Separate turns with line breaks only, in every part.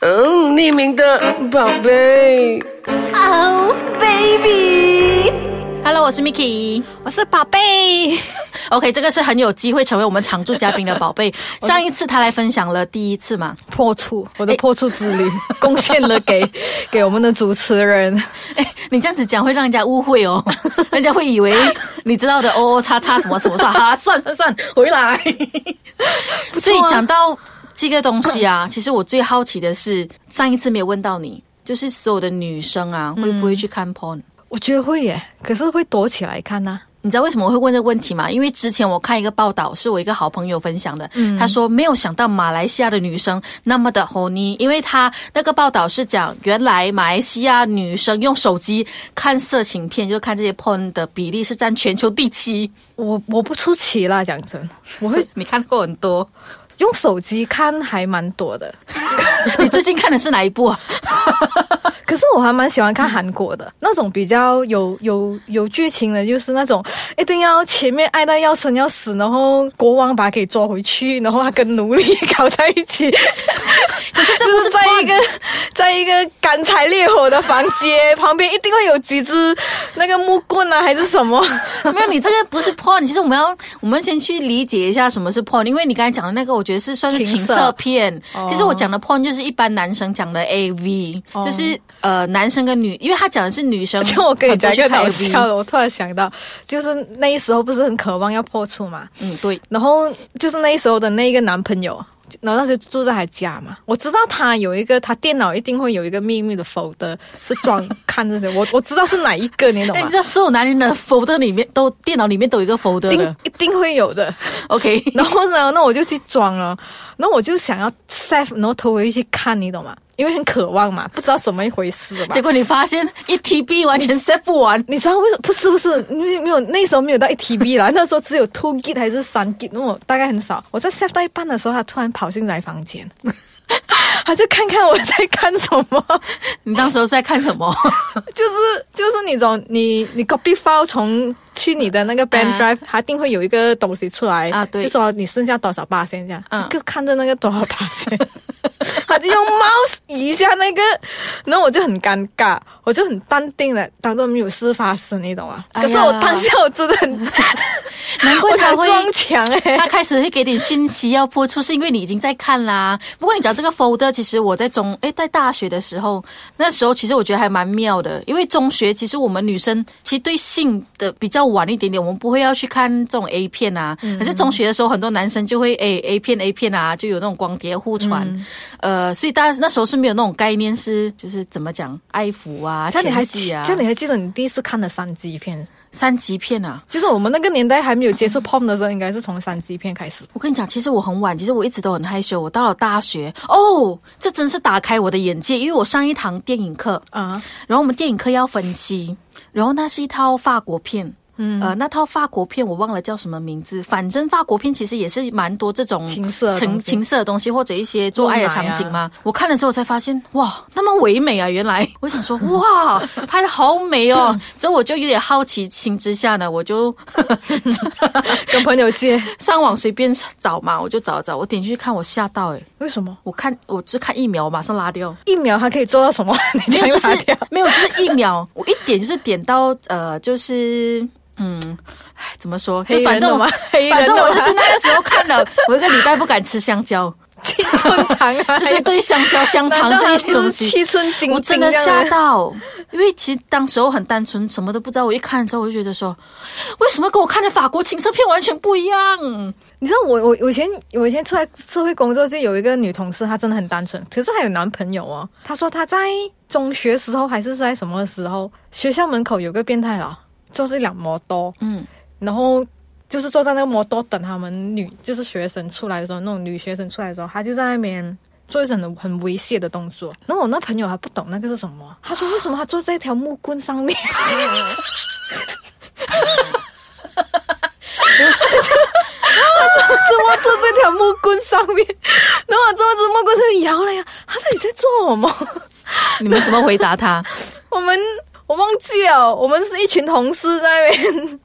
嗯，匿名的宝贝。
Oh baby，
Hello，我是 Miki。
我是宝贝。
OK，这个是很有机会成为我们常驻嘉宾的宝贝。上一次他来分享了第一次嘛，
破处，我的破处之旅、贡献了 给给我们的主持人。
哎，你这样子讲会让人家误会 哦，人家会以为你知道的哦哦叉叉什么什么啥，哈、算算算，回来。
啊
所以讲到这个东西啊，其实我最好奇的是，上一次没有问到你，就是所有的女生啊，会不会去看 porn？、
我觉得会耶，可是会躲起来看呐、啊
你知道为什么会问这个问题吗？因为之前我看一个报道，是我一个好朋友分享的，他说没有想到马来西亚的女生那么的 horny，因为他那个报道是讲，原来马来西亚女生用手机看色情片，就是看这些 porn 的比例是占全球第七。
我我不出奇啦，讲真，我
我
会
会 你看过很多，
用手机看还蛮多的。
你最近看的是哪一部啊？
可是我还蛮喜欢看韩国的、那种比较有有有剧情的，就是那种一定要前面爱到要生要死，然后国王把他给抓回去，然后他跟奴隶搞在一起。 可是这不 是在一个在一个干柴烈火的房间旁边，一定会有几只那个木棍啊，还是什么？
没有，你这个不是 porn。其实我们要，我们先去理解一下什么是 porn，因为你刚才讲的那个，我觉得是算是情
情色
色哦片。其实我讲的 porn 就是一般男生讲的 AV，、就是呃男生跟女，因为他讲的是女 生。
就我跟你讲一个搞笑
很多去看 AV。
的，我突然想到，就是那时候不是很渴望要破处嘛，
嗯，对，
然后就是那时候的那一个男朋友，就然后那时候住在他家嘛，我知道他有一个，他电脑一定会有一个秘密的 folder 是装看这些，我我知道是哪一个，你 懂
哎，你
吗
知？道所有男人的 folder 里面都电脑里面都有一个 folder
一
的
定一定会有的。
，OK，
然后呢，那我就去装了，然后我就想要 save，然后偷回去看，你懂吗？因为很渴望嘛，不知道怎么一回事嘛。
结果你发现一 TB 完全 set 不完，
你知道为什么？不是不是，因为没有那时候没有到一 TB 啦，那时候只有 two gig 还是三 gig，那我大概很少。我在 save 到一半的时候，他突然跑进来房间， 他就看看我在看什么，
你当时候在看什么？
就是就是那种你你 copy file 从去你的那个 band
啊
drive，、它一定会有一个东西出来
啊对
就说你剩下多少八仙这样，
嗯
就看着那个多少八仙， 他就用 mouse 移一下那个，然后我就很尴尬，我就很淡定的当做没有事发生，你懂吗？
哎呀
可是我当下我真的很。
难怪
我
他
才
会
撞墙哎、
他开始会给点讯息要播出，是因为你已经在看啦。不过你讲这个 folder，其实我在中诶，在大学的时候，那时候其实我觉得还蛮妙的，因为中学其实我们女生其实对性的比较晚一点点，我们不会要去看这种 A 片啊。
嗯
可是中学的时候，很多男生就会诶 A 片 A 片啊，就有那种光碟互传，
嗯
呃，所以大家那时候是没有那种概念是就是怎么讲爱抚啊、
像你还
前
记，
戏啊、
像你还记得你第一次看的三级片？
三级片啊。
就是我们那个年代还没有接触 POM 的时候，应该是从三级片开始。
我跟你讲，其实我很晚，其实我一直都很害羞。我到了大学，哦，这真是打开我的眼界，因为我上一堂电影课，
啊，
然后我们电影课要分析，然后那是一套法国片。嗯，呃，那套法国片我忘了叫什么名字，反正法国片其实也是蛮多这种
情色的
情
东西嗯
情色的东西，或者一些做爱的场景
露奶
嘛。我看了之后才发现，哇，那么唯美啊！原来我想说，哇，拍的好美哦。 之后我就有点好奇心之下呢，我就
跟朋友借，
上网随便找嘛，我就找找，我点进去看，我吓到诶、
为什么
我看我只看一秒，我马上拉掉，
一秒它可以做到什么？ 你
没有
这样
就
又
是
拿 掉。
没有就是一秒，我一点就是点到呃就是嗯。唉怎么说？就
黑
反
人
正
的
我
吗， 黑
反
人
正
的
我
吗
就是那个时候看了，我一个礼拜不敢吃香蕉，
七寸长 啊，
就是对香蕉、香肠
难道
这
它
些东
是
西，
七寸金
我真
钉
的
这
吓
样的？
到，因为其实当时候很单纯，什么都不知道。我一看的时候，我就觉得说，为什么跟我看的法国情色片完全不一样？
你知道我我我以前我以前出来社会工作，就有一个女同事，她真的很单纯，可是她有男朋友哦。她说她在中学时候还是在什么时候，学校门口有个变态佬，就是一辆摩托，
嗯，
然后就是坐在那个摩托等他们女就是学生出来的时候，那种女学生出来的时候，她就在那边做一种很很猥亵的动作。然后我那朋友还不懂那个是什么，他说为什么他坐在一条木棍上面？他说怎么坐这条木棍上面？然后我坐这木棍上面摇了呀，他到底在做什么？
你们怎么回答他？
我们我忘记了，我们是一群同事在那边，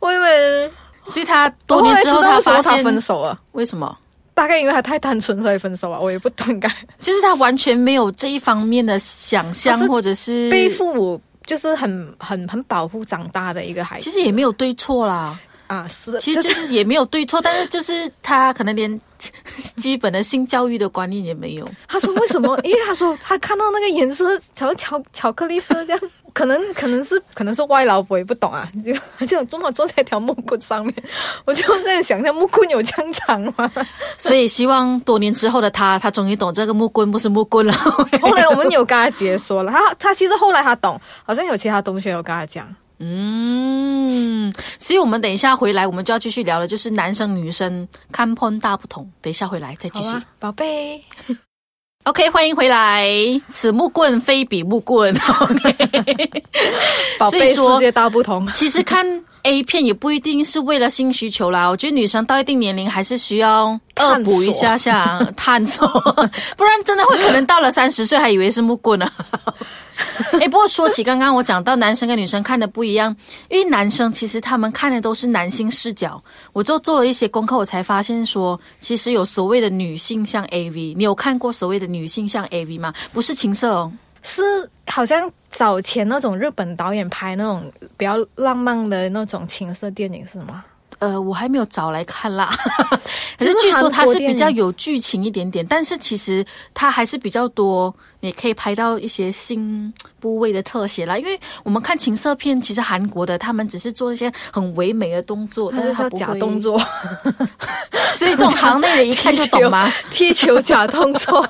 我以为
所以他
我
多
后
年
来
之
知
后，
道为什
发
么他
现
分手了。
为什么？
大概因为他太单纯所以分手吧，我也不 懂该
就是他完全没有这一方面的想象，
他是
或者是
被父母就是很很很保护长大的一个孩子。
其实也没有对错啦，
啊，是，
其实
这
就是也没有对错，但 是就是他可能连 基本的性教育的观念也没有。
他说为什么？ 因为他说他看到那个颜色，巧巧巧克力色这样， 可能可能是可能是外劳，我也不懂啊。就而且我正好坐在一条木棍上面， 我就在想，那木棍有这样长吗？
所以希望多年之后的他，他终于懂这个木棍不是木棍了。
后来我们有跟他解说了，他他其实后来他懂，好像有其他同学有跟他讲，
嗯，所以我们等一下回来，我们就要继续聊了，就是男生女生看碰大不同。等一下回来再继
好啊
续。
吧，宝贝。
OK，欢迎回来。此木棍非彼木棍。OK，
宝
所以
贝，
说
世界大不同。
其实看 A 片也不一定是为了性需求啦，我觉得女生到一定年龄还是需要恶补一下下探索，不然真的会可能到了三十岁还以为是木棍呢。哎、不过说起刚刚我讲到男生跟女生看的不一样，因为男生其实他们看的都是男性视角，我就做了一些功课，我才发现说，其实有所谓的女性向 AV，你有看过所谓的女性向 AV 吗？不是情色哦，
是好像早前那种日本导演拍那种比较浪漫的那种情色电影是吗？
呃，我还没有找来看 啦，只
可
是
是
据说它
韩国
是比较
电影
有剧情一点点，但是其实它还是比较多，你可以拍到一些新部位的特写啦。因为我们看情色片，其实韩国的他们只是做一些很唯美的动 作，但
那
是它
是叫
不
假
会
动，作，
所以这种行内的一看就懂 吗？
踢球？踢球假动 作，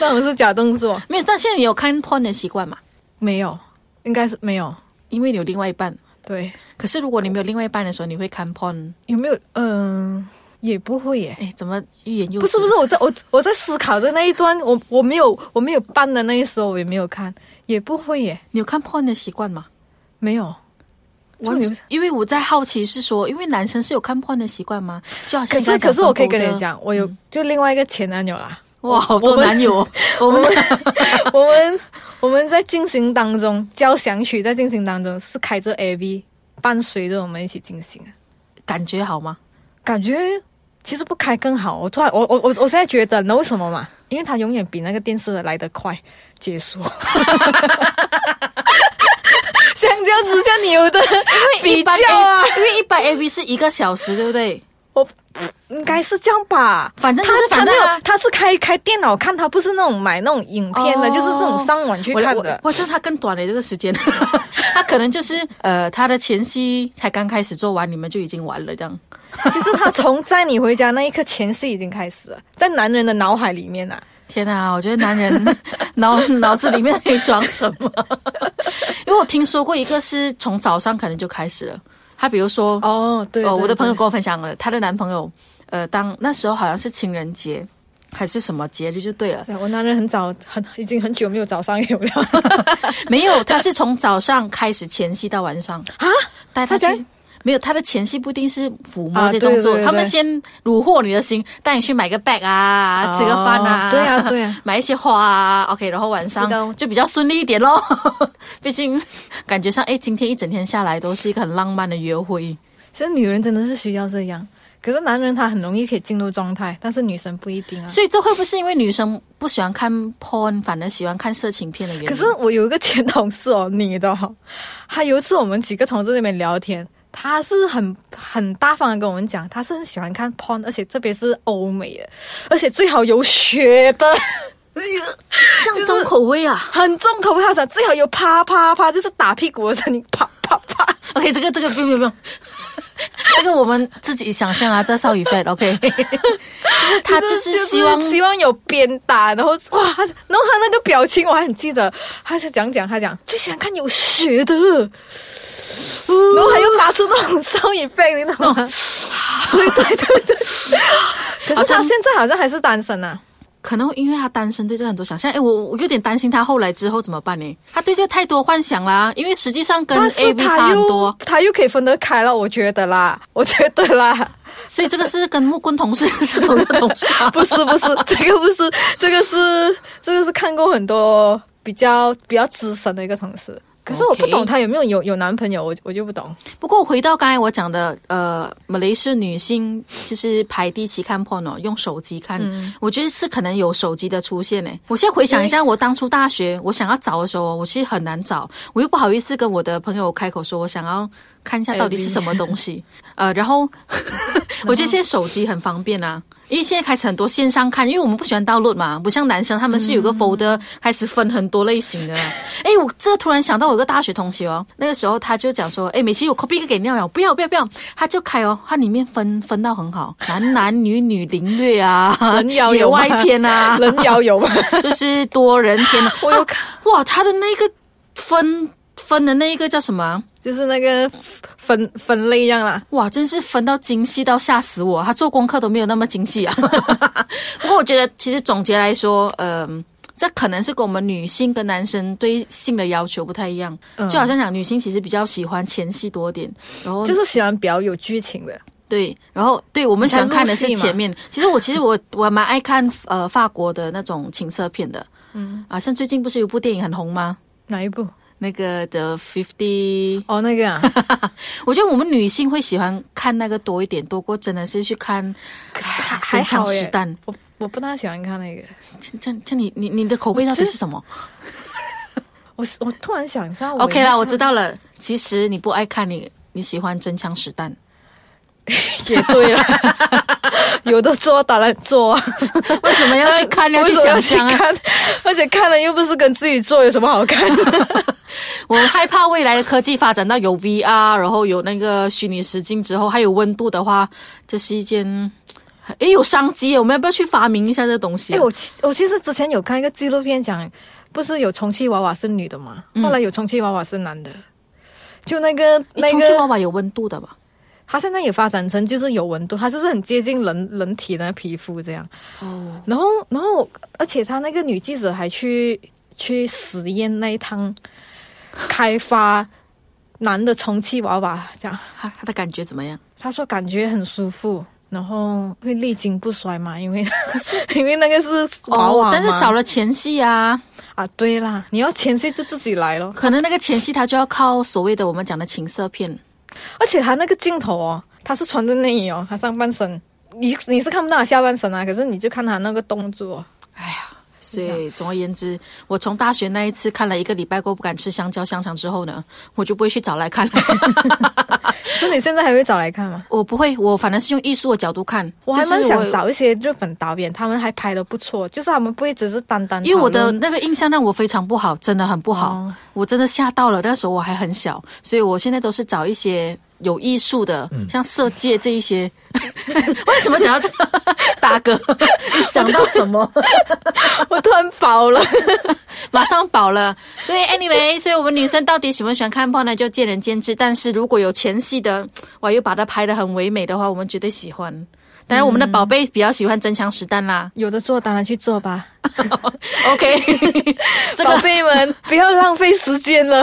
那种是假动作，
没有，但现在你有看 porn 的习惯嘛？
没有，应该是没有。
因为你有另外一半。
对，
可是如果你没有另外一半的时候，你会看 porn？
有没有？嗯、也不会耶。
哎，怎么欲言又止？
不是不是，，我在我我在思考的那一段，我我没有我没有办的那一时候，我也没有看，也不会耶，
你有看 porn 的习惯吗？
没有。
我
就你
因为我在好奇是说，因为男生是有看 porn 的习惯吗？就好像
可
你刚
是
才讲
可是我可以
风
跟
格
你，讲，我有、
嗯
就另外一个前男友啦。
哇，好多
我们
男友哦，我们
我们我们在进行当中，交响曲在进行当中是开着 AV，伴随着我们一起进行，
感觉好吗？
感觉其实不开更好。我突然，我我我我现在觉得，你知道为什么吗？因为它永远比那个电视的来得快结束。 相较之下，你有的比
一般 A-
较啊，
因为一般 A V 是一个小时，对不对？
我应该是这样吧。
反正就是
他
反正
他没
啊
有，他是开开电脑看，他不是那种买那种影片的，
哦
就是这种上网去
我
看
我
的。
哇，就是他更短了这个时间， 他可能就是呃，他的前戏才刚开始做完，你们就已经完了这样。
其实他从载你回家那一刻，前世已经开始了，在男人的脑海里面啊，
天啊，我觉得男人 脑脑子里面可以装什么？ 因为我听说过一个是从早上可能就开始了，他比如说
哦，对
哦，我的朋友跟我分享了她的男朋友，呃，当那时候好像是情人节还是什么节日就对 了，
我男人很早很已经很久没有早上有 了，
没有，他是从早上开始前戏到晚上啊，带他
他
去
讲。
没有，他的前戏不一定是抚摸
啊
这动作，
对对对
他们先虏获你的心，带你去买个 bag 啊，
哦
吃个饭啊，
对 啊对啊，
买一些花啊，OK，然后晚上
是的
就比较顺利一点咯。 毕竟感觉上，哎，今天一整天下来都是一个很浪漫的约会。
其实女人真的是需要这样，可是男人他很容易可以进入状态，但是女生不一定啊。
所以这会不会是因为女生不喜欢看 porn，反而喜欢看色情片的原因？
可是我有一个前同事哦，女的、哦，她有一次我们几个同事在那边聊天，她是很很大方的跟我们讲，她是很喜欢看 porn，而且特别是欧美的，而且最好有血的。
像重口味啊、
很重口味，他想最好有啪啪啪，就是打屁股的声音，啪啪啪。
OK，这个这个不用不用 不用，这个我们自己想象啊，在少雨飞 OK，就是他就是希望
就是希望有鞭打，然后哇，他然后他那个表情我还很记得，他是讲讲他讲最喜欢看有血的，然后他又发出那种声音背，你懂吗？对对对对。可
好
是
像
他现在好像还是单身啊。
可能因为他单身，对这个很多想象。哎，我我有点担心他后来之后怎么办呢？他对这个太多幻想啦，因为实际上跟
但是
AV 差
他
很
又
多，
他又可以分得开了，我觉得啦，我觉得啦。
所以这个是跟木棍同事是同一个 同事啊。
不是不是，这个不是，这个是这个是看过很多比较比较资深的一个同事。可是我不
OK
懂她有没有有有男朋友，我我就不懂。
不过回到刚才我讲的，呃，马来西亚女性就是排第期看 porn 哦，用手机看，我觉得是可能有手机的出现诶。我现在回想一下，我当初大学我想要找的时候，我其实很难找，我又不好意思跟我的朋友开口说我想要看一下到底是什么东西，呃，然 后我觉得现在手机很方便啊。因为现在开始很多线上看，因为我们不喜欢 download 嘛，不像男生他们是有
嗯
个 folder 开始分很多类型的。 哎，我这突然想到我有个大学同学哦，那个时候他就讲说，哎，美琪我 copy 一个给尿尿，不要不要不要，他就开哦，他里面分分到很好，男男女女凌虐啊，
人妖
野
有吗
外篇 啊，
人妖有吗？
就是多人篇啊。
我有
啊哇，他的那个分分的那一个叫什么啊？
就是那个分分类一样啦。
哇，真是分到精细到吓死我！他做功课都没有那么精细 啊。不过我觉得，其实总结来说，嗯、这可能是跟我们女性跟男生对性的要求不太一样。就好像讲，女性其实比较喜欢前戏多点，然后
就是喜欢比较有剧情的，
对，然后对我们喜欢看的是前面。其实我其实我我还蛮爱看呃法国的那种情色片的。嗯啊，像最近不是有部电影很红吗？
哪一部？
那个的 Fifty
哦，那 个啊，
我觉得我们女性会喜欢看那个多一点，多过真的是去看唉
还
真
好
枪
耶
实弹。
我我不大喜欢看那个。
这这这你你你的口味到底是什么
我是我突然想一下我啊
？OK 啦，我知
道
道了。其实你不爱看你，你喜欢真枪实弹。
也对啊，有的做当然做 啊，
为什么要去看？要去
为什么
想象
去
啊！
看，而且看了又不是跟自己做，有什么好看？
我害怕未来的科技发展到有 VR，然后有那个虚拟实境之后，还有温度的话，这是一件诶有商机耶。我们要不要去发明一下这东西
哎、
啊、
我其我其实之前有看一个纪录片讲，不是有充气娃娃是女的嘛，后来有充气娃娃是男的，就那个
嗯诶
那
充气娃
个，
娃有温度的吧？
它现在也发展成就是有温度，它就是很接近人人体的皮肤这样。
哦，
然后，然后，而且他那个女记者还去去实验那一趟开发男的充气娃娃，这样
它它的感觉怎么样？
他说感觉很舒服，然后会历经不衰嘛，因为可是 因为那个是娃娃、
哦，但是少
了
了前戏啊。
啊，对啦，你要前期就自己来咯。
可能那个前戏他就要靠所谓的我们讲的情色片，
而且他那个镜头哦，他是穿着内衣哦，他上半身。你你是看不到他下半身啊，可是你就看他那个动作，哦
哎呀。所以，总而言之，我从大学那一次看了一个礼拜过不敢吃香蕉、香肠之后呢，我就不会去找来看了。
那你现在还会找来看吗？
我不会，我反正是用艺术的角度看。
我还蛮
就是
想找一些日本导演，他们还拍的不错，就是他们不会只是单单
因为我
讨
的
论
那个印象让我非常不好，真的很不好，
哦
我真的吓到了。那时候我还很小，所以我现在都是找一些有艺术的，像色戒这一些。 为什么讲到这个？ 大哥，你想到什么？
我突然饱了，
马上饱了。所以 anyway，所以我们女生到底喜不喜欢看 porn 呢，就见仁见智。但是如果有前戏的，哇，又把它拍得很唯美的话，我们绝对喜欢。当然，我们的宝贝比较喜欢真枪实弹啦。
有的做当然去做吧，
OK，这
宝
个
贝们不要浪费时间 了，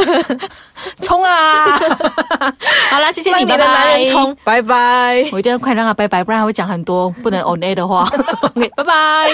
冲啊！好啦，谢谢
让
你，
你的
拜拜
男人冲。，拜拜。
我一定要快让他拜拜，不然他会讲很多不能 on air 的话。OK，拜拜。